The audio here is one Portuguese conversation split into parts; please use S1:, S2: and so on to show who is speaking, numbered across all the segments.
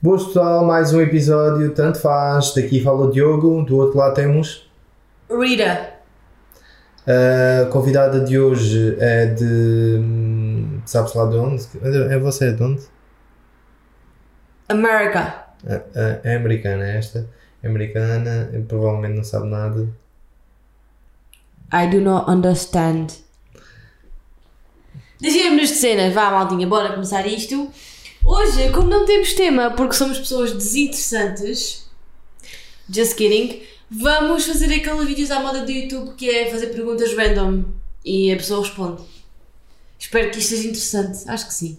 S1: Boas pessoal, mais um episódio, tanto faz. Daqui fala o Diogo, do outro lado temos.
S2: Rita.
S1: A convidada de hoje é de. hum, Sabes lá de onde? É você, é de onde?
S2: America.
S1: É- É americana esta. É americana, provavelmente não sabe nada.
S2: I do not understand. Desviamos-nos de cena. Vá, maldinha, bora começar isto. Hoje, como não temos tema, porque somos pessoas desinteressantes, just kidding, vamos fazer aqueles vídeos à moda do YouTube que é fazer perguntas random e a pessoa responde. Espero que isto seja interessante. Acho que sim.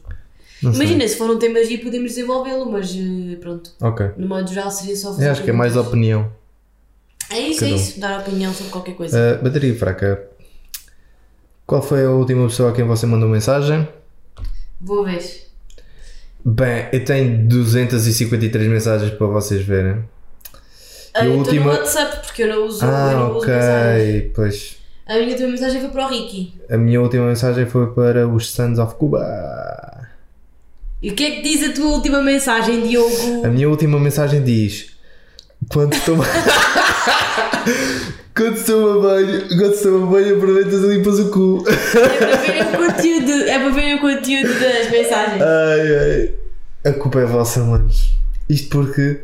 S1: Não sei.
S2: Imagina, se for um tema giro, podemos desenvolvê-lo, mas eh, pronto.
S1: Ok.
S2: No modo geral, seria só fazer
S1: Eu acho que é mais
S2: perguntas.
S1: opinião.
S2: É isso,
S1: Cada
S2: é
S1: um.
S2: isso. Dar opinião sobre qualquer coisa.
S1: Uh, bateria fraca. Qual foi a última pessoa a quem você mandou mensagem?
S2: Vou ver.
S1: Bem, eu tenho 253 mensagens para vocês verem.
S2: Ah,
S1: E a
S2: eu estou
S1: última-
S2: no WhatsApp porque eu não uso, eu
S1: Ah,
S2: não uso
S1: ok.
S2: mensagens.
S1: Pois.
S2: A minha última mensagem foi para o Ricky.
S1: A minha última mensagem foi para os Sons of Cuba.
S2: E o que é que diz a tua última mensagem, Diogo?
S1: A minha última mensagem diz: Quando estou. Quando estou a banho, quando estou a banho, aproveitas e limpas o cu.
S2: É para verem o conteúdo, é para verem o conteúdo das mensagens.
S1: Ai, ai. A culpa é vossa, manos. Isto porque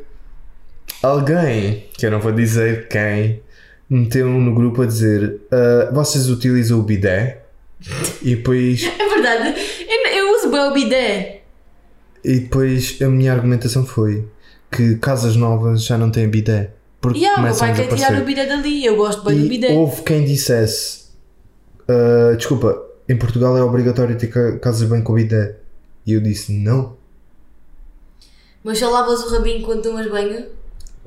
S1: alguém, que eu não vou dizer quem, meteu no grupo a dizer: "Ah, Vocês utilizam o bidé? E depois,
S2: É verdade. Eu, eu uso bem o bidé.
S1: e depois a minha argumentação foi que casas novas já não têm bidé. Porque
S2: E ah, o meu
S1: começam a
S2: pai quer tirar o
S1: desaparecer.
S2: bidé dali. Eu gosto bem do
S1: E
S2: bidé.
S1: houve quem dissesse: "Ah, Desculpa, em Portugal é obrigatório ter ca- casas bem com bidé. E eu disse: Não.
S2: Mas só lavas o rabinho quando tomas banho?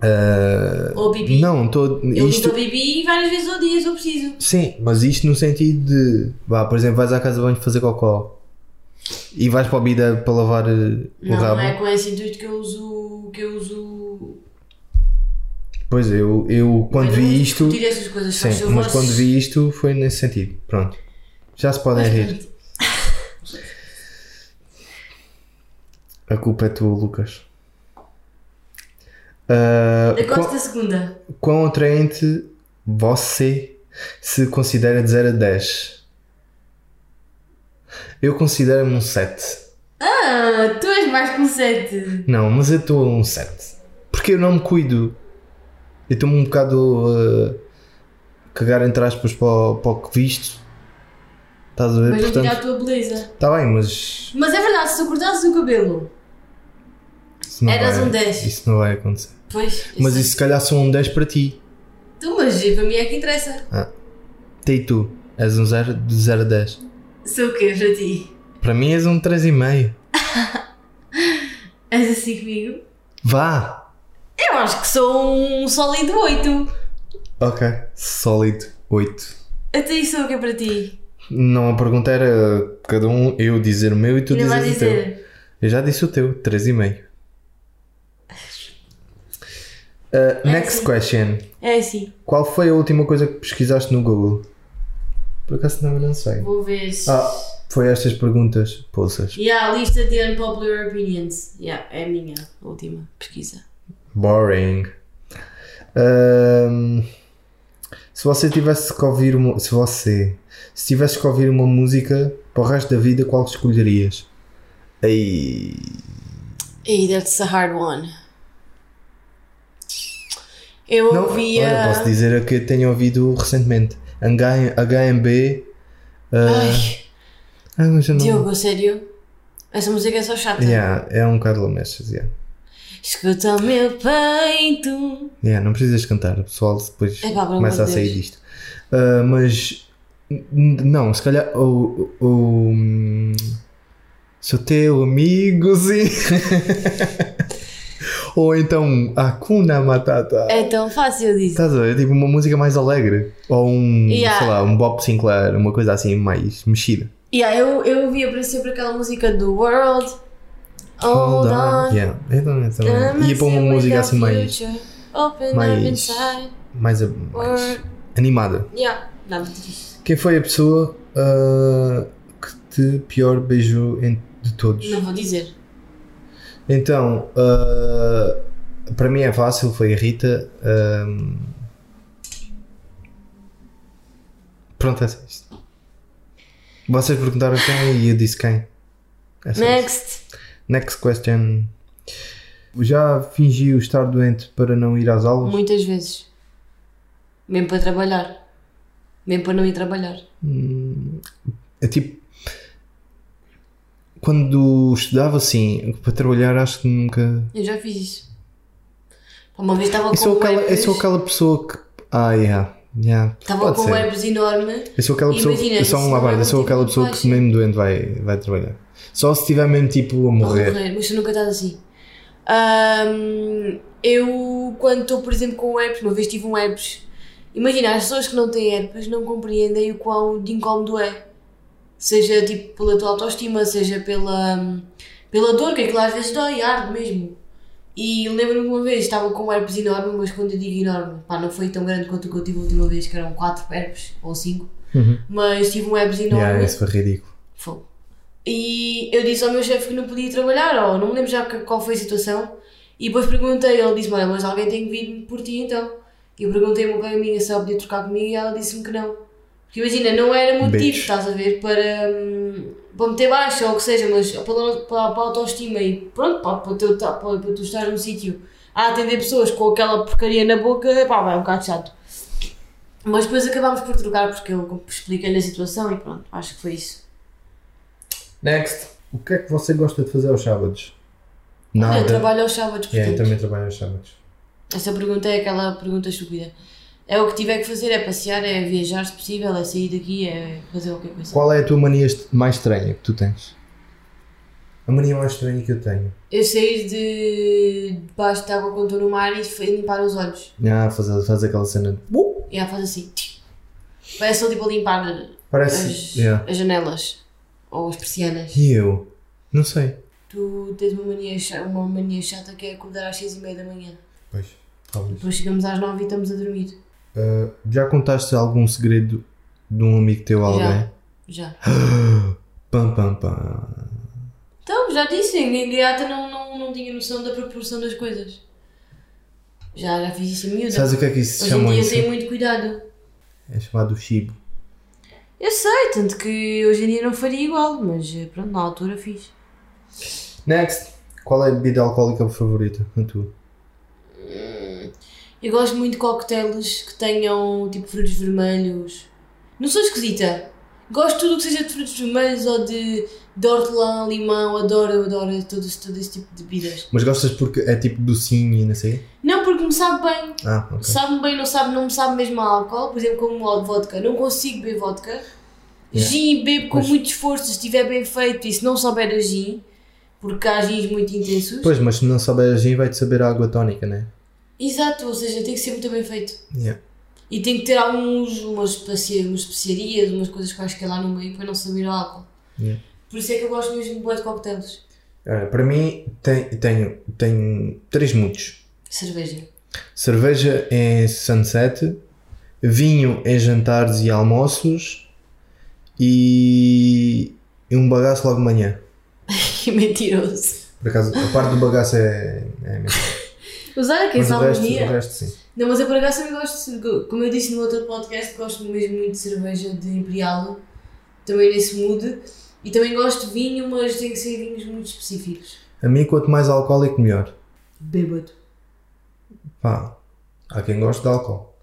S1: Ah,
S2: Ou bibi?
S1: Não, estou.
S2: Eu
S1: Isto,
S2: limpo a bibi várias vezes ao dia, se eu preciso.
S1: Sim, mas isto no sentido de. Vá, por exemplo, vais à casa de banho fazer cocó e vais para o bidé para lavar eh, o
S2: Não,
S1: rabo.
S2: não é com esse intuito que eu uso, que eu uso
S1: Pois eu, eu quando
S2: Mas não
S1: vi
S2: vamos
S1: isto.
S2: discutir essas coisas,
S1: Sim,
S2: faz favor.
S1: mas quando vi isto foi nesse sentido. Pronto. Já se podem rir.
S2: Bastante.
S1: A culpa é tua, Lucas. Ah,
S2: Eu gosto
S1: quão,
S2: da segunda.
S1: quão atraente você se considera de 0 a 10? Eu considero-me um 7.
S2: Ah, tu és mais que um 7.
S1: Não, mas eu estou a um 7. Porque eu não me cuido. Eu estou-me um bocado a cagar entre aspas para o, para o que visto. Estás a ver?
S2: Mas não tira
S1: Portanto,
S2: a tua beleza.
S1: está bem, mas.
S2: Mas é verdade, se tu cortasses o cabelo,
S1: Isso não
S2: eras
S1: vai,
S2: um é 10.
S1: Isso não vai acontecer.
S2: Pois.
S1: mas isso se calhar são um 10 para ti.
S2: Tu, mas para mim é que interessa.
S1: Tem tu. És um 0 de 0 a 10.
S2: Sou o quê para ti?
S1: Para mim és um 3,5.
S2: És assim comigo?
S1: Vá!
S2: Eu acho que sou um sólido 8.
S1: Ok. Sólido 8.
S2: Até isso sou o quê para ti?
S1: Não, a pergunta era cada um eu dizer o meu e tu então.
S2: Ainda vais
S1: dizeres o teu.
S2: dizer.
S1: Eu já disse o teu, 3,5. Uh, next
S2: sim.
S1: question.
S2: É assim.
S1: Qual foi a última coisa que pesquisaste no Google? Por acaso não, eu não sei.
S2: Vou ver se.
S1: Ah. Foi estas perguntas, poças.
S2: E há a lista de unpopular opinions. Yeah, é a minha última pesquisa.
S1: Boring. Ahm, se você tivesse que ouvir uma, se você se tivesse que ouvir uma música para o resto da vida, qual escolherias? Aí,
S2: Ei, that's a hard one. Eu
S1: Não,
S2: ouvia.
S1: olha, posso dizer a que tenho ouvido recentemente. H- HMB.
S2: Ai,
S1: Ah, eu já não.
S2: Diogo, sério? Essa música é só chata.
S1: Yeah, é um bocado lamechas, yeah.
S2: Escuta o meu peito.
S1: Yeah, não precisas cantar, o pessoal depois
S2: É pá, pelo
S1: começa a
S2: amor de
S1: sair
S2: Deus.
S1: disto. Ah, mas, n- n- não, se calhar o. o- o hum, sou teu amigo, sim. Ou então Hakuna Matata.
S2: É tão fácil disso.
S1: Estás a ver? Tipo uma música mais alegre. Ou um,
S2: Yeah.
S1: sei lá, um Bob Sinclair, uma coisa assim mais mexida.
S2: Yeah, eu, eu ouvia para sempre aquela música do World. Hold on.
S1: Yeah. Eu também, eu
S2: I'm
S1: também.
S2: a
S1: Ia para uma
S2: separate
S1: música assim mais,
S2: future. Open
S1: mais-
S2: up inside.
S1: mais, a- mais
S2: Or...
S1: animada.
S2: Yeah, nada disso.
S1: Quem foi a pessoa ah, que te pior beijou en- de todos?
S2: Não vou dizer.
S1: Então, ah, para mim é fácil, foi a Rita. ahm. Pronto, é só isto. Vocês perguntaram quem e eu disse quem. É só isso.
S2: Next.
S1: Next question. Já fingiu estar doente para não ir às aulas?
S2: Muitas vezes. Mesmo para trabalhar. Mesmo para não ir trabalhar.
S1: É tipo. Quando estudava assim, para trabalhar, acho que nunca.
S2: Eu já fiz isso. Pá, Uma vez estava
S1: Eu
S2: com
S1: sou
S2: um
S1: aquela, eu sou
S2: herpes.
S1: aquela pessoa que. Ah, yeah. yeah.
S2: Estava
S1: Pode
S2: com um
S1: ser.
S2: herpes enorme.
S1: Eu sou aquela pessoa.
S2: Imagina,
S1: eu sou
S2: isso
S1: uma
S2: não é
S1: barba, eu sou
S2: tipo
S1: aquela pessoa que
S2: faixa.
S1: mesmo doente vai, vai trabalhar. Só se estiver mesmo tipo a
S2: morrer.
S1: morrer.
S2: Mas tu nunca estás assim. Ahm, eu, quando estou, por exemplo, com herpes, uma vez tive um herpes. Imagina, as pessoas que não têm herpes não compreendem o quão de incómodo é. Seja tipo pela tua autoestima, seja pela, pela dor, que aquilo às vezes dói, arde mesmo. E eu lembro-me uma vez, estava com um herpes enorme, mas quando eu digo enorme, pá, não foi tão grande quanto o que eu tive a última vez, que eram 4 herpes ou 5.
S1: Uhum.
S2: Mas tive um herpes enorme.
S1: Yeah, é isso foi ridículo.
S2: Fogo. E eu disse ao meu chefe que não podia trabalhar, ou não me lembro já que- qual foi a situação. E depois perguntei, ele disse: Olha, mas alguém tem que vir por ti então. E eu perguntei a uma colega minha se ela podia trocar comigo e ela disse-me que não. Porque imagina, não era motivo,
S1: Bitch.
S2: estás a ver, para, hum, para meter baixo ou o que seja, mas para, para, para a autoestima e pronto, para, para, teu, para, para tu estar num sítio a atender pessoas com aquela porcaria na boca, pá, vai, é um bocado chato. Mas depois acabámos por trocar porque eu expliquei-lhe a situação e pronto, acho que foi isso.
S1: Next. O que é que você gosta de fazer aos sábados? Nada.
S2: Eu trabalho aos sábados, portanto.
S1: Yeah, é. eu também trabalho aos sábados.
S2: Essa pergunta é aquela pergunta estúpida. É o que tiver que fazer, é passear, é viajar se possível, é sair daqui, é fazer qualquer coisa.
S1: Qual é a tua mania est- mais estranha que tu tens? A mania mais estranha que eu tenho.
S2: Eu sair de debaixo de água quando estou no mar e f- limpar os olhos.
S1: Ah, faz, faz aquela cena. de- Uh!
S2: E ela faz assim. tch. Parece só tipo a limpar as,
S1: Parece. Yeah.
S2: as janelas ou as persianas.
S1: E eu? Não sei.
S2: Tu tens uma mania, cha- uma mania chata que é acordar às 6 e meia da manhã.
S1: Pois, talvez.
S2: Depois chegamos às 9 e estamos a dormir.
S1: Ah, já contaste algum segredo de um amigo teu a alguém?
S2: Já.
S1: Pam, pam, pam.
S2: Então, já disse, em gata não, não, não tinha noção da proporção das coisas. Já, já fiz isso em miúda.
S1: Sabes o que é que isso se
S2: Hoje
S1: chama?
S2: em dia
S1: Isso?
S2: tenho muito cuidado.
S1: É chamado chibo.
S2: Eu sei, tanto que hoje em dia não faria igual, mas eh, pronto, na altura fiz.
S1: Next. Qual é a bebida alcoólica favorita? A tua?
S2: Eu gosto muito de coquetéis que tenham tipo frutos vermelhos. Não sou esquisita. Gosto de tudo o que seja de frutos vermelhos ou de, de hortelã, limão, adoro, adoro todo, esse- todo esse tipo de bebidas.
S1: Mas gostas porque é tipo docinho e não sei?
S2: Não porque me sabe bem,
S1: Ah, ok.
S2: Sabe-me bem, não sabe, não me sabe mesmo a álcool, por exemplo, como o vodka, não consigo beber vodka.
S1: Yeah.
S2: Gin bebo com
S1: Pois.
S2: muito esforço, se estiver bem feito e se não souber a gin, porque há gins muito intensos.
S1: Pois, mas se não souberes gin, vai-te saber a água tónica, né?
S2: Exato, ou seja, tem que ser muito bem feito.
S1: Yeah.
S2: E tem que ter alguns, umas, especi- umas especiarias, umas coisas que acho que é lá no meio para não saber o álcool.
S1: Yeah.
S2: Por isso é que eu gosto mesmo de boa de coquetéis.
S1: Olha, Ah, para mim, tem- tenho, tenho três muitos.
S2: Cerveja.
S1: Cerveja em sunset, vinho em jantares e almoços e, e um bagaço logo de manhã.
S2: Que mentiroso.
S1: Por acaso, a parte do bagaço é. é mesmo.
S2: Usar aqui
S1: Mas o resto, o
S2: salmonia.
S1: resto sim.
S2: Não, mas eu por acaso também gosto, de- como eu disse no outro podcast, gosto mesmo muito de cerveja de Imperial, também nesse mood. E também gosto de vinho, mas tem que ser vinhos muito específicos.
S1: A mim, quanto mais alcoólico, melhor.
S2: Bêbado.
S1: Pá, há quem goste de álcool.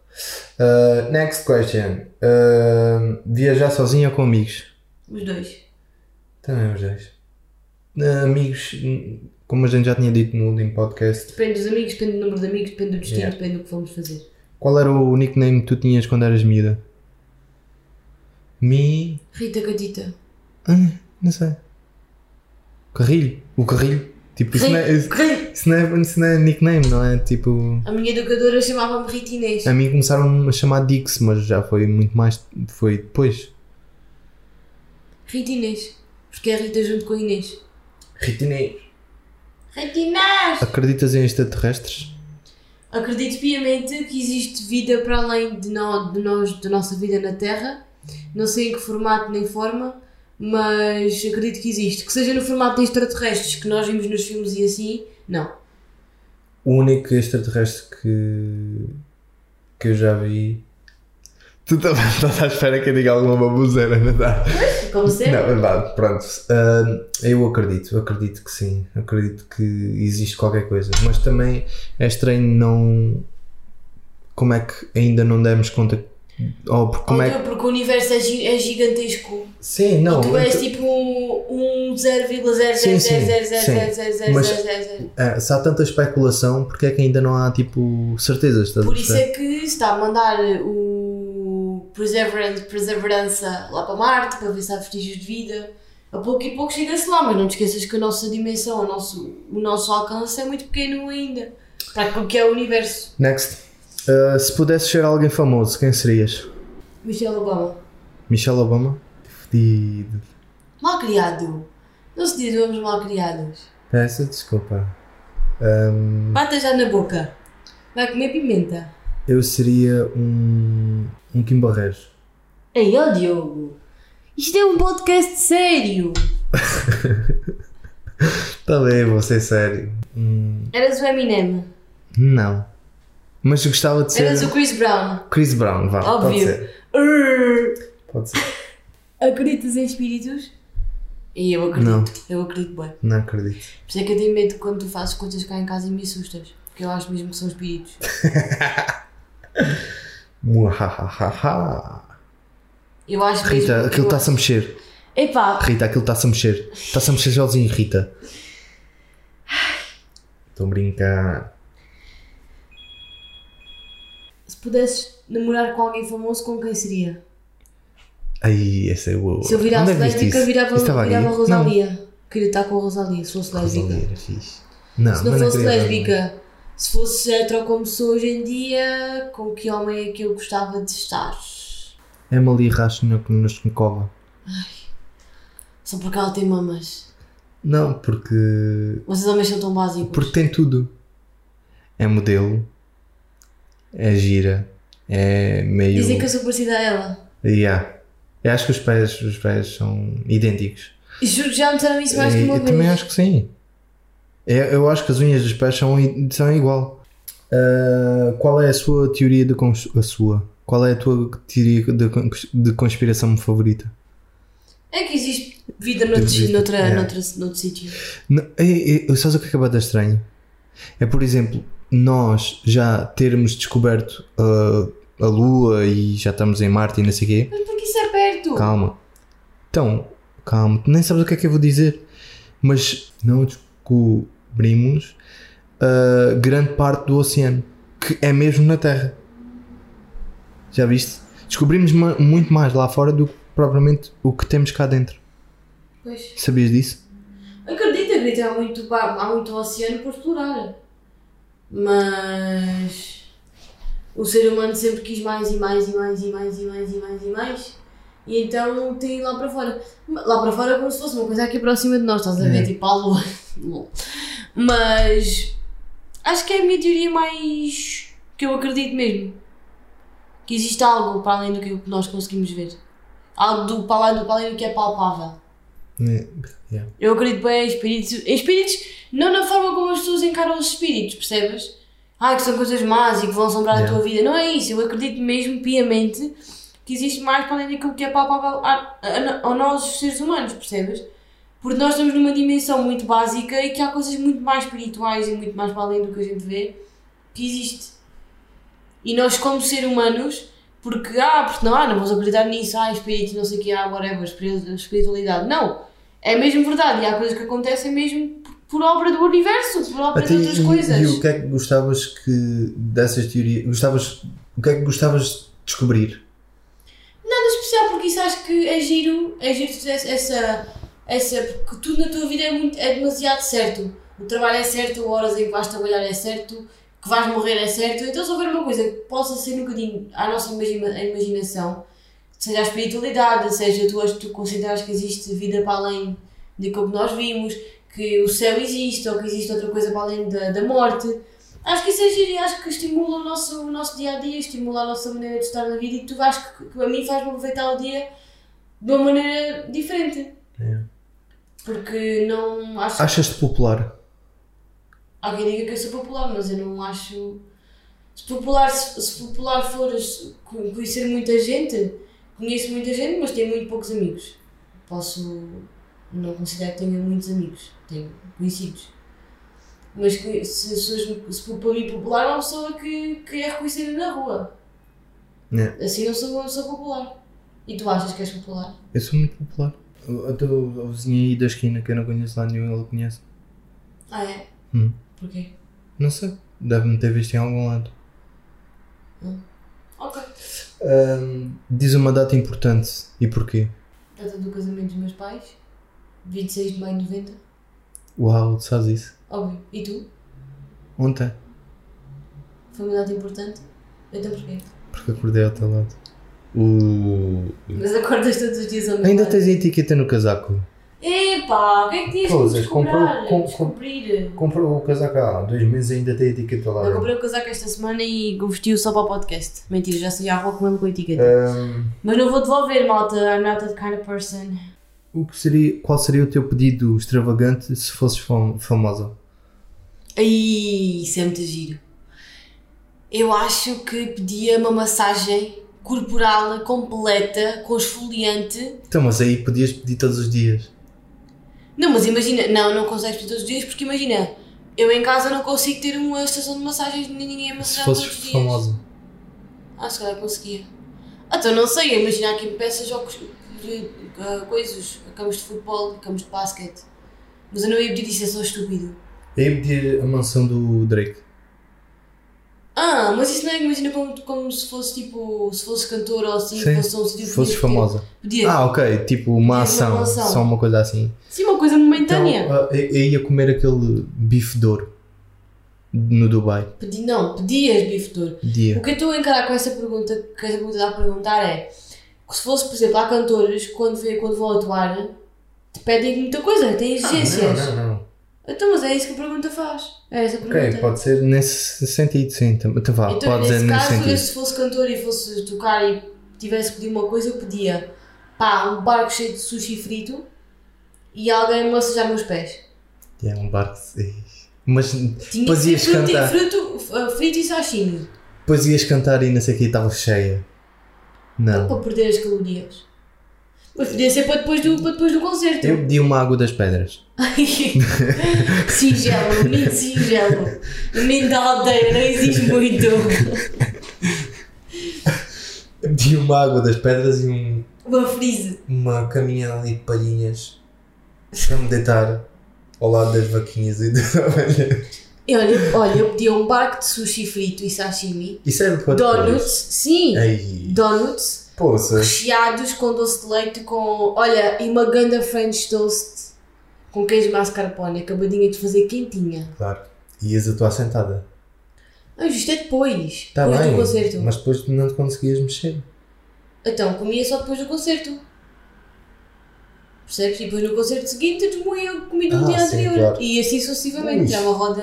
S1: Uh, next question. Uh, viajar sozinho ou com amigos?
S2: Os dois.
S1: Também os dois. Uh, amigos, hum, como a gente já tinha dito no último podcast,
S2: Depende dos amigos, depende do número de amigos, depende do destino,
S1: Yeah.
S2: depende do que vamos fazer.
S1: qual era o nickname que tu tinhas quando eras miúda? Mi.
S2: Rita Catita.
S1: Ah, não sei. Carrilho. O carrilho. Tipo, isso não, é, isso,
S2: Ri-
S1: isso não é, isso não é nickname, não é? Tipo.
S2: A minha educadora chamava-me Rita Inês.
S1: A mim começaram a chamar Dix, mas já foi muito mais. Foi depois.
S2: Rita Inês. Porque é Rita junto com a Inês.
S1: Ritinês.
S2: Rita Inês!
S1: Acreditas em extraterrestres?
S2: Acredito piamente que existe vida para além de, nó- de nós, da nossa vida na Terra. Não sei em que formato nem forma, mas acredito que existe. Que seja no formato de extraterrestres que nós vimos nos filmes e assim, não.
S1: O único extraterrestre que, que eu já vi. Tu também estás à espera que eu diga alguma baboseira, não está?
S2: Como sempre.
S1: Não, vá, pronto. Ah, eu acredito, acredito que sim. Acredito que existe qualquer coisa. Mas também é estranho não. Como é que ainda não demos conta. Ou por- como
S2: Ou
S1: é que.
S2: então, Porque o universo é, gi- é gigantesco.
S1: Sim,
S2: Não,
S1: não.
S2: tu és
S1: então-
S2: tipo um
S1: Sim, sim, sim. Mas-
S2: 0,00000000000.
S1: Ah, se há tanta especulação, porque é que ainda não há tipo certezas? Estás a
S2: Por isso
S1: perceber?
S2: é que se está a mandar o Perseverance, Perseverança lá para Marte para ver se há vestígios de vida. A pouco e pouco chega-se lá, mas não te esqueças que a nossa dimensão, o nosso, o nosso alcance é muito pequeno ainda. Para aquilo que é o universo.
S1: Next. Ah, se pudesses ser alguém famoso, quem serias?
S2: Michelle Obama.
S1: Michelle Obama? Fedido.
S2: Mal criado. Não se diz homens mal criados.
S1: Peço desculpa. Ahm,
S2: Bata já na boca. Vai comer pimenta.
S1: eu seria um. um Kim Barreiros.
S2: Ei, ó Diogo, isto é um podcast sério.
S1: Tá bem, vou ser sério. Hum,
S2: Eras o Eminem,
S1: não. Mas eu gostava de ser.
S2: eras o Chris Brown.
S1: Chris Brown, vá. Pode
S2: Óbvio.
S1: ser.
S2: Arr.
S1: Pode ser.
S2: Acreditas em espíritos? E eu acredito,
S1: Não.
S2: eu acredito bem.
S1: Não acredito.
S2: Por isso é que eu tenho medo quando tu fazes coisas cá em casa e me assustas. Porque eu acho mesmo que são espíritos.
S1: Muahahaha.
S2: Eu acho mesmo.
S1: Rita, aquilo tá
S2: eu
S1: está-se a
S2: acho-
S1: mexer.
S2: Epá,
S1: Rita, aquilo está-se a mexer. Está-se a mexer sozinho, Rita. Estão a brincar.
S2: se pudesses namorar com alguém famoso, com quem seria?
S1: Ai, essa é boa.
S2: Se eu
S1: Onde
S2: virasse
S1: é que viste
S2: lésbica,
S1: isso?
S2: virava,
S1: Isso estava
S2: virava
S1: aqui?
S2: Rosalia. Queria estar com a Rosalia, se fosse
S1: Não,
S2: lésbica.
S1: Rosalia era fixe. Não, é
S2: Se não
S1: mas
S2: fosse
S1: queria nada.
S2: lésbica, se fosse hetero como sou hoje em dia, com que homem é que eu gostava de estar?
S1: É Emily Rashnikonikova.
S2: Só porque ela tem mamas.
S1: Não, porque.
S2: Vocês homens são tão básicos.
S1: Porque tem tudo. É modelo. É gira. É meio.
S2: Dizem que eu sou parecida a ela.
S1: Yeah. Eu acho que os pés, os pés são idênticos.
S2: E juro que já me disseram isso mais que
S1: E-
S2: uma
S1: eu também
S2: vez.
S1: acho que sim. Eu, eu acho que as unhas dos pés são, i- são igual. Ah, qual é a sua teoria de cons- a sua? Qual é a tua teoria de, cons- de conspiração favorita?
S2: É que existe vida noutros-
S1: Existe,
S2: noutra,
S1: é.
S2: noutra, noutro sítio.
S1: Não, é, é, sabes o que acaba de estranho? É, por exemplo, nós já termos descoberto ah, a Lua e já estamos em Marte e não sei o quê.
S2: Mas porque isso é perto.
S1: Calma. Então, calma. Tu nem sabes o que é que eu vou dizer. Mas não descobrimos ah, grande parte do oceano. Que é mesmo na Terra. Já viste? Descobrimos ma- muito mais lá fora do que propriamente o que temos cá dentro.
S2: Pois.
S1: Sabias disso?
S2: Acredito, acredito. Há muito, ba- há muito oceano por explorar. Mas. O ser humano sempre quis mais e mais e mais e mais e mais e mais e mais. E então tem lá para fora. Lá para fora é como se fosse uma coisa aqui próxima de nós, estás a ver?
S1: É.
S2: Tipo a lua. Lol. Mas. Acho que é a minha teoria mais. que eu acredito mesmo. Que existe algo para além do que nós conseguimos ver. Algo do, para além do, para além do que é palpável.
S1: É, yeah.
S2: Eu acredito bem em espíritos. Em espíritos, não na forma como as pessoas encaram os espíritos, percebes? Ah, que são coisas más e que vão assombrar a
S1: Yeah.
S2: tua vida. Não é isso. Eu acredito mesmo piamente que existe mais para além daquilo que é palpável a, a, a nós, os seres humanos, percebes? Porque nós estamos numa dimensão muito básica e que há coisas muito mais espirituais e muito mais para além do que a gente vê que existe. E nós, como ser humanos, porque, ah, porque não, ah, não vamos acreditar nisso, ah, espírito, não sei o que, ah, whatever, espiri- espiritualidade. Não. É mesmo verdade. E há coisas que acontecem mesmo por- por obra do universo, por obra de
S1: Até
S2: outras
S1: e-
S2: coisas.
S1: E o que é que gostavas que dessas teorias. Gostavas, o que é que gostavas de descobrir?
S2: Nada especial, porque isso acho que é giro, é giro tu essa, essa, essa. Porque tudo na tua vida é, muito, é demasiado certo. O trabalho é certo, a horas em que vais trabalhar é certo, que vais morrer é certo. Então, se houver uma coisa que possa ser um bocadinho à nossa imagina, à imaginação, seja a espiritualidade, seja tu, ach- tu consideras que existe vida para além daquilo que nós vimos, que o céu existe ou que existe outra coisa para além da, da morte. Acho que isso é giro e acho que estimula o nosso, o nosso dia a dia, estimula a nossa maneira de estar na vida e tu acho que, que a mim faz-me aproveitar o dia de uma maneira diferente.
S1: É.
S2: Porque não acho
S1: Achas-te popular?
S2: Alguém diga que eu sou popular, mas eu não acho. Se popular, se, se popular for se- co- conhecer muita gente, conheço muita gente, mas tenho muito poucos amigos. Posso. Não considero que tenha muitos amigos, tenho conhecidos. Mas que- se, se, se, se para mim popular é uma pessoa que, que é reconhecida na rua.
S1: É.
S2: Assim eu sou, eu sou popular. E tu achas que és popular?
S1: Eu sou muito popular. Eu estou a vizinha aí da esquina que eu não conheço lá nenhum, ela conhece.
S2: Ah, é?
S1: Hum.
S2: Porquê?
S1: Não sei, deve-me ter visto em algum lado.
S2: Ok.
S1: Ahm, diz uma data importante e porquê?
S2: Data do casamento dos meus pais, 26 de maio de 90.
S1: Uau, tu sabes isso?
S2: Óbvio. E tu?
S1: Ontem,
S2: Foi uma data importante? Então porquê?
S1: porque acordei ao teu lado. O...
S2: Mas acordas todos os dias ao mesmo
S1: Ainda
S2: horário.
S1: tens a etiqueta no casaco?
S2: Epá, o que é que tinhas que
S1: Pois,
S2: descobrar?
S1: comprou- um- com- com-
S2: Descobrir.
S1: Comprou o casaco há dois meses e ainda tem a etiqueta
S2: Eu comprei o casaco esta semana e vesti-o só para o podcast. Mentira, já saí à rua comendo com a
S1: É.
S2: etiqueta.
S1: Ahm,
S2: Mas não vou devolver, malta. I'm not that kind of person.
S1: o que seria, qual seria o teu pedido extravagante se fosses fam- famosa?
S2: Ai, isso é muito giro. Eu acho que pedia uma massagem corporal completa, com esfoliante.
S1: Então, mas aí podias pedir todos os dias.
S2: Não, mas imagina, não, não consegues pedir todos os dias, porque imagina, eu em casa não consigo ter uma estação de massagens nem ninguém a
S1: Se
S2: massagear todos os
S1: fosses
S2: dias.
S1: famosa.
S2: Ah, se calhar conseguia. Ah, Então não sei, imagina aqui me peças jogos de ah, coisas, campos de futebol, campos de basquete. Mas eu não ia pedir isso, é só estúpido.
S1: Aí pedir a mansão do Drake.
S2: Ah, mas isso não é, imagina como, como se fosse tipo, se fosse cantor ou assim,
S1: Sim,
S2: fosse um sítio
S1: Se fosses
S2: que podia pedir-
S1: famosa.
S2: Podia.
S1: Ah, ok, tipo uma
S2: Pedir uma
S1: ação,
S2: mansão.
S1: só uma coisa assim.
S2: Sim, uma coisa
S1: Então,
S2: momentânea.
S1: ah, eu eu ia comer aquele bife de ouro no Dubai.
S2: Pedi, não, pedias bife de ouro. O
S1: Dia.
S2: que eu estou a encarar com essa pergunta, que essa pergunta dá a perguntar é: se fosse, por exemplo, há cantores, quando, vê, quando vão atuar, te pedem muita
S1: Ah,
S2: coisa,
S1: é
S2: têm exigências.
S1: não.
S2: Então, mas é isso que a pergunta faz. É essa a pergunta.
S1: Ok, pode ser nesse sentido, sim. Então, então vá,
S2: Então,
S1: pode
S2: nesse
S1: ser nesse
S2: caso, eu
S1: sentido.
S2: se fosse cantor e fosse tocar e tivesse que pedir uma coisa, eu pedia pá, um barco cheio de sushi frito e alguém massajar meus pés.
S1: É um barco. Mas
S2: Tinha
S1: Pois
S2: que
S1: ias
S2: ser fruto, e
S1: cantar.
S2: fruto, f- frito e sashimi
S1: depois ias cantar e não sei o que estava cheia. Não.
S2: para perder as calorias. Mas podia ser para depois do, para depois do concerto.
S1: Eu pedi uma água das pedras.
S2: singelo, menino singelo. Menino da aldeia, não existe muito.
S1: Eu pedi uma água das pedras e um-
S2: Uma frise.
S1: uma caminha ali de palhinhas para me deitar ao lado das vaquinhas e das ovelhas.
S2: E Olha, olha, eu pedia um barco de sushi frito e sashimi.
S1: Isso é de quanto
S2: Donuts, sim.
S1: É Aí.
S2: Donuts
S1: Poça.
S2: recheados com doce de leite, com. Olha, e uma ganda French toast com queijo mascarpone, acabadinha de fazer quentinha.
S1: Claro. Ias atuar sentada.
S2: Ah, isto é depois.
S1: Está
S2: depois
S1: Tá bem.
S2: do concerto.
S1: Mas depois tu não te conseguias mexer.
S2: Então, comia só depois do concerto. Percebes? E depois no concerto seguinte, tu moía o comida do
S1: Ah,
S2: dia
S1: sim,
S2: anterior.
S1: claro.
S2: E assim sucessivamente.
S1: Ui.
S2: Já é uma roda.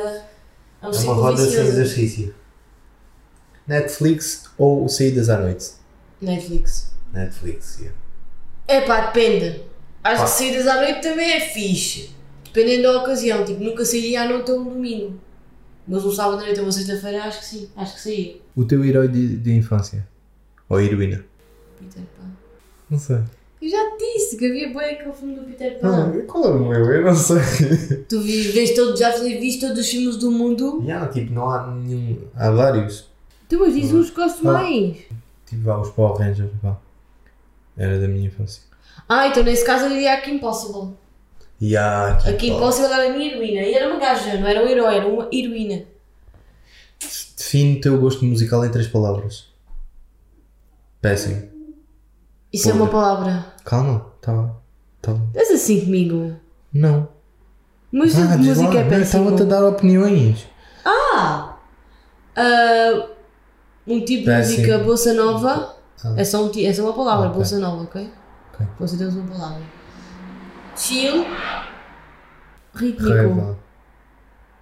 S1: É
S2: É um
S1: uma
S2: ciclo
S1: roda sem
S2: vicioso.
S1: exercício. Netflix ou saídas à noite?
S2: Netflix.
S1: Netflix, yeah.
S2: Epá, depende. Acho
S1: Pá.
S2: que saídas à noite também é fixe. Dependendo da ocasião. Tipo, nunca sairia à noite ou um domingo. Mas um sábado à noite ou uma sexta-feira, acho que sim. Acho que saía.
S1: O teu herói de, de infância? Ou heroína?
S2: Peter Pan.
S1: Não sei.
S2: Eu já te disse que havia bem aquele filme do Peter Pan.
S1: Não, qual era o meu? Eu não sei.
S2: Tu vi- vês todo, já viste todos os filmes do mundo.
S1: yeah, tipo, não há nenhum. Há vários.
S2: Tu, mas diz uns que gosto
S1: Ah.
S2: mais.
S1: Tipo, há os Power Rangers. Vá. Era da minha infância.
S2: Ah, então nesse caso eu diria a Kim Possible.
S1: E há.
S2: A Kim Possible era a minha heroína. E era uma gaja, não era um herói, era uma heroína.
S1: Define o teu gosto musical em três palavras. Péssimo.
S2: Isso é
S1: Podre.
S2: uma palavra.
S1: Calma, tá bem. Tá bem.
S2: És assim comigo.
S1: Não.
S2: Música,
S1: Ah, diz lá,
S2: música é
S1: não,
S2: péssimo.
S1: Estava-te a dar opiniões.
S2: Ah! Ah, um tipo
S1: Péssimo.
S2: de música bossa nova.
S1: Ah.
S2: É, só um, ti- é só uma palavra,
S1: Ah, ok.
S2: bossa nova, ok?
S1: Ok.
S2: Bossa temos uma palavra. Chill. Rítmico.
S1: Raiva.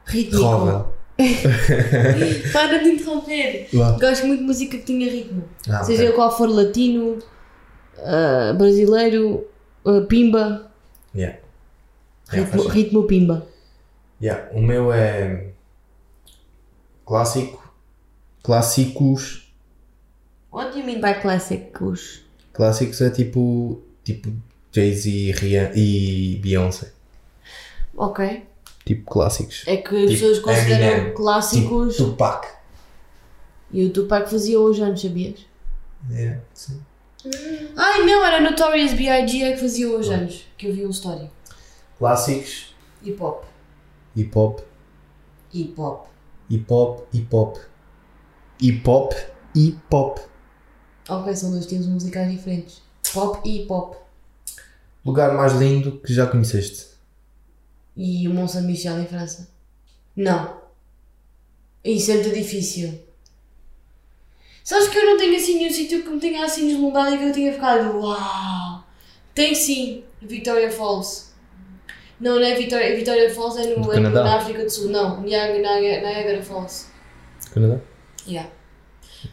S2: Rítmico.
S1: Rova.
S2: Para de interromper.
S1: Vá.
S2: Gosto muito de música que tinha ritmo.
S1: Ah,
S2: seja
S1: ok.
S2: qual for latino, ah, brasileiro, ah, pimba,
S1: Yeah. Yeah,
S2: ritmo,
S1: É, faz-
S2: ritmo pimba.
S1: yeah. O meu é clássico, clássicos,
S2: What do you mean by classics?
S1: clássicos é tipo, tipo Jay-Z e Rihanna- e Beyoncé,
S2: Ok.
S1: tipo clássicos.
S2: É que as
S1: Tipo,
S2: pessoas consideram
S1: Eminem,
S2: clássicos
S1: Tipo Tupac.
S2: e o Tupac fazia hoje anos, sabias?
S1: Yeah, É, sim.
S2: Ai não, era Notorious B.I.G. é que fazia hoje anos, que eu vi um story.
S1: Clássicos,
S2: Hip hop.
S1: hip hop,
S2: Hip hop.
S1: hip hop, hip hop, hip hop, hip hop.
S2: Ok, são dois estilos musicais diferentes. Pop e hip hop.
S1: Lugar mais lindo que já conheceste.
S2: E o Mont Saint-Michel é em França. Não. Isso é muito difícil. Sabes que eu não tenho assim nenhum sítio que me tenha assim deslumbrado e que eu tenha ficado uau. Tem sim, Victoria Falls. Não, não é Victoria, Victoria Falls, é
S1: Do
S2: no, é
S1: Canadá.
S2: na África do Sul. Não, Niag- Niag- Niagara Falls.
S1: Canadá?
S2: Yeah.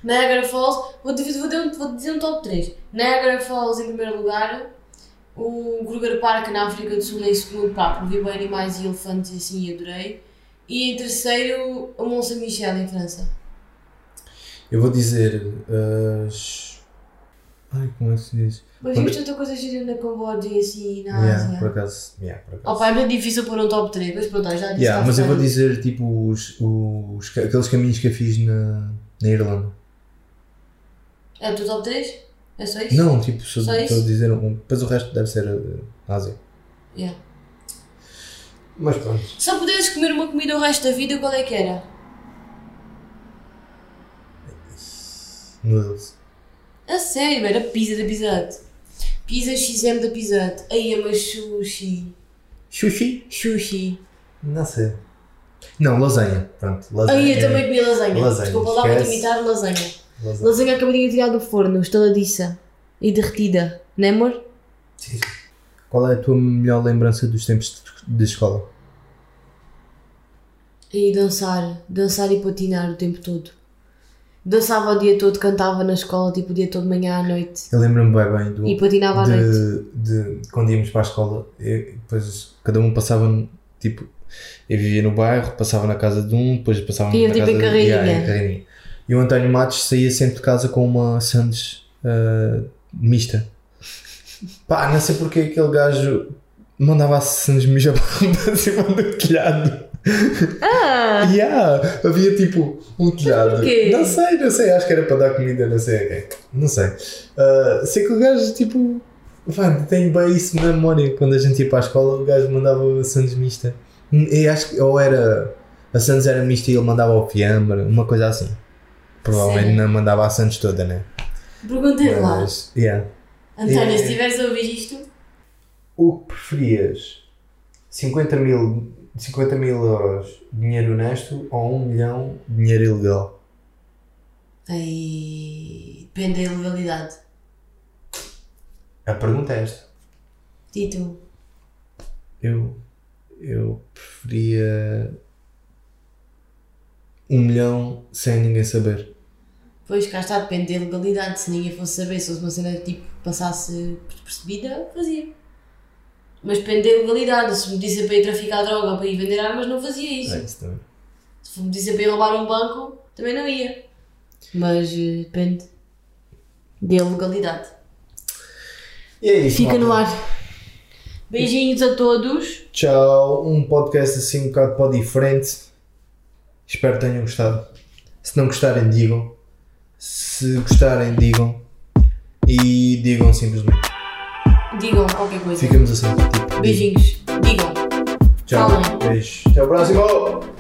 S2: Niagara Falls, vou, div- vou, dar um- vou dizer um top 3. Niagara Falls em primeiro lugar, o Kruger Park na África do Sul em segundo, pá, porque vi bem animais e elefantes e assim, e adorei. E em terceiro, o Mont Saint-Michel em França.
S1: Eu vou dizer uh, as. Ai, como é que se diz?
S2: Mas
S1: Quando-
S2: vimos tanta coisa gira na Camboja e assim, na
S1: Yeah, por
S2: Ásia.
S1: acaso. Yeah, por acaso.
S2: Opa, é muito difícil pôr um top 3, mas pronto, já disse.
S1: Yeah,
S2: tá
S1: mas eu vou
S2: feito.
S1: dizer tipo os, os, ca- aqueles caminhos que eu fiz na, na Irlanda.
S2: É o teu top 3? É só isso?
S1: Não, tipo, só,
S2: Só
S1: só
S2: isso?
S1: dizer um. Depois o resto deve ser uh, Ásia.
S2: Yeah.
S1: Mas pronto.
S2: Se só pudesses comer uma comida o resto da vida, qual é que era?
S1: Noodles.
S2: A sério, era pizza da Pizza Hut. Pizza XM da Pizza Hut. Aí é mais sushi.
S1: Sushi?
S2: Sushi.
S1: Não sei. Não, lasanha. Pronto, lasanha.
S2: Aí eu também comi lasanha.
S1: Lasanha,
S2: Desculpa lá, vou te
S1: esquece.
S2: imitar lasanha.
S1: Lasanha.
S2: Lasanha acabadinha de tirar do forno, estaladiça e derretida. Né, amor?
S1: Sim. Qual é a tua melhor lembrança dos tempos de, de escola?
S2: E dançar. Dançar e patinar o tempo todo. Dançava o dia todo, cantava na escola, tipo o dia todo, manhã à noite.
S1: Eu lembro-me bem bem do.
S2: E patinava à noite.
S1: de, de quando íamos para a escola, eu- depois cada um passava, no- tipo, eu vivia no bairro, passava na casa de um, depois passava
S2: Iam,
S1: na
S2: tipo,
S1: casa
S2: em
S1: de-
S2: carreirinha.
S1: Yeah, em carreirinha. E o António Matos saía sempre de casa com uma sandes ah, mista. Pá, não sei porque é aquele gajo mandava a sandes mista para cima do telhado.
S2: Ah!
S1: Yeah, havia tipo um telhado.
S2: porquê?
S1: Não sei, não sei, acho que era para dar comida, não sei a quem. Não sei. Ah, sei que o gajo tipo. Mano, tenho bem isso na memória. Quando a gente ia para a escola, o gajo mandava a Santos mista. Hum, E acho que ou era. A Santos era mista e ele mandava ao fiambre, uma coisa assim. Provavelmente
S2: Sério?
S1: não mandava a Santos toda, né?
S2: Perguntei lá.
S1: Mas, yeah.
S2: António,
S1: É.
S2: se estiveres a ouvir isto,
S1: O que preferias? 50 mil, 50 mil euros dinheiro honesto ou 1 milhão dinheiro ilegal?
S2: aí. depende da ilegalidade.
S1: A pergunta é esta.
S2: Título.
S1: Eu, eu preferia um milhão sem ninguém saber.
S2: Pois cá está, depende da ilegalidade. Se ninguém fosse saber, se fosse uma cena tipo passasse percebida, fazia. Mas depende da ilegalidade. Se me dissem para ir traficar droga ou para ir vender armas, não fazia isso.
S1: É isso também.
S2: Se me dissem para ir roubar um banco, também não ia. Mas eh, depende da ilegalidade.
S1: E é isso.
S2: Fica no
S1: malta.
S2: ar. Beijinhos a todos.
S1: Tchau. Um podcast assim um bocado para o diferente. Espero que tenham gostado. Se não gostarem, digam. Se gostarem, digam. E digam simplesmente.
S2: Digam qualquer coisa.
S1: Ficamos assim. tipo,
S2: Beijinhos. Digam.
S1: Tchau.
S2: Falem.
S1: Beijo. Até o próximo.